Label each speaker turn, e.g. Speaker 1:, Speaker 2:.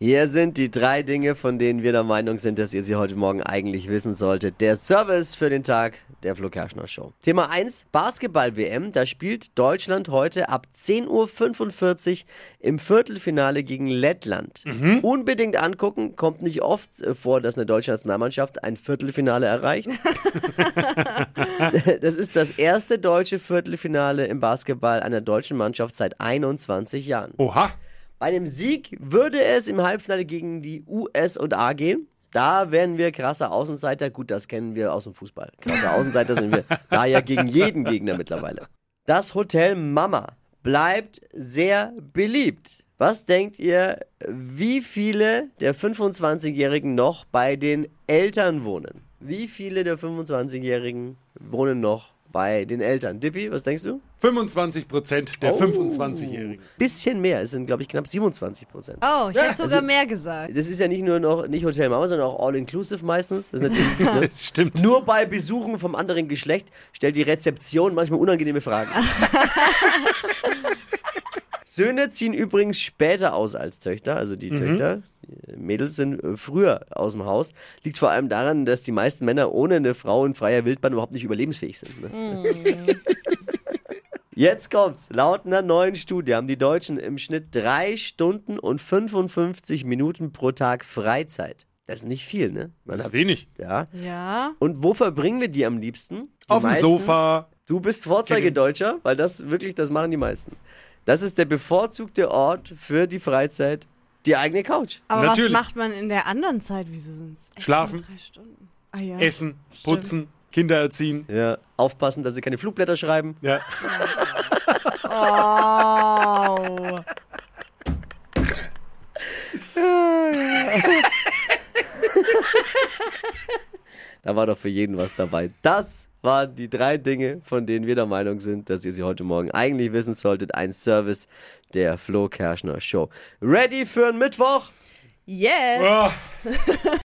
Speaker 1: Hier sind die drei Dinge, von denen wir der Meinung sind, dass ihr sie heute Morgen eigentlich wissen solltet. Der Service für den Tag der Flo Kerschner Show. Thema 1, Basketball-WM. Da spielt Deutschland heute ab 10.45 Uhr im Viertelfinale gegen Lettland. Unbedingt angucken, kommt nicht oft äh, vor, dass eine deutsche Nationalmannschaft ein Viertelfinale erreicht. Das ist das erste deutsche Viertelfinale im Basketball einer deutschen Mannschaft seit 21 Jahren.
Speaker 2: Oha.
Speaker 1: Bei einem Sieg würde es im Halbfinale gegen die US und A gehen. Da wären wir krasser Außenseiter. Gut, das kennen wir aus dem Fußball. Krasser Außenseiter sind wir da ja gegen jeden Gegner mittlerweile. Das Hotel Mama bleibt sehr beliebt. Was denkt ihr, wie viele der 25-Jährigen noch bei den Eltern wohnen? Wie viele der 25-Jährigen wohnen noch bei den Eltern? Dippi, was denkst du?
Speaker 2: 25 Prozent der 25-Jährigen.
Speaker 1: Bisschen mehr. Es sind, glaube ich, knapp 27 Prozent.
Speaker 3: Oh, ich hätte sogar
Speaker 1: Also-
Speaker 3: mehr gesagt.
Speaker 1: Das ist ja nicht nur noch nicht Hotel Mama, sondern auch All-Inclusive meistens. Das ist natürlich gut, ne?
Speaker 2: Das stimmt.
Speaker 1: Nur bei Besuchen vom anderen Geschlecht stellt die Rezeption manchmal unangenehme Fragen. Söhne ziehen übrigens später aus als Töchter, also die Töchter. die Mädels sind äh, früher aus dem Haus. Liegt vor allem daran, dass die meisten Männer ohne eine Frau in freier Wildbahn überhaupt nicht überlebensfähig sind. Ne? Jetzt kommt's. Laut einer neuen Studie haben die Deutschen im Schnitt drei Stunden und 55 Minuten pro Tag Freizeit. Das ist nicht viel, ne? Man
Speaker 2: Das
Speaker 1: hat,
Speaker 2: ist wenig.
Speaker 1: ja.
Speaker 3: Ja.
Speaker 1: Und wo verbringen wir die am liebsten? Die
Speaker 2: Auf dem
Speaker 1: meisten-
Speaker 2: Sofa.
Speaker 1: Du bist Vorzeigedeutscher, weil das wirklich, das machen die meisten. Das ist der bevorzugte Ort für die Freizeit, die eigene Couch.
Speaker 3: Aber
Speaker 2: Natürlich.
Speaker 3: was macht man in der anderen Zeit? Wieso sind es?
Speaker 2: Schlafen.
Speaker 3: Drei Stunden. Ah ja.
Speaker 2: Essen,
Speaker 3: Stimmt.
Speaker 2: putzen, Kinder erziehen.
Speaker 1: Ja, aufpassen, dass sie keine Flugblätter schreiben.
Speaker 2: Ja.
Speaker 3: Oh.
Speaker 1: Da war doch für jeden was dabei. Das waren die drei Dinge, von denen wir der Meinung sind, dass ihr sie heute Morgen eigentlich wissen solltet. Ein Service der
Speaker 3: Äh.
Speaker 1: Flo Kerschner Show. Ready für einen Mittwoch?
Speaker 3: Yes.
Speaker 2: Ah.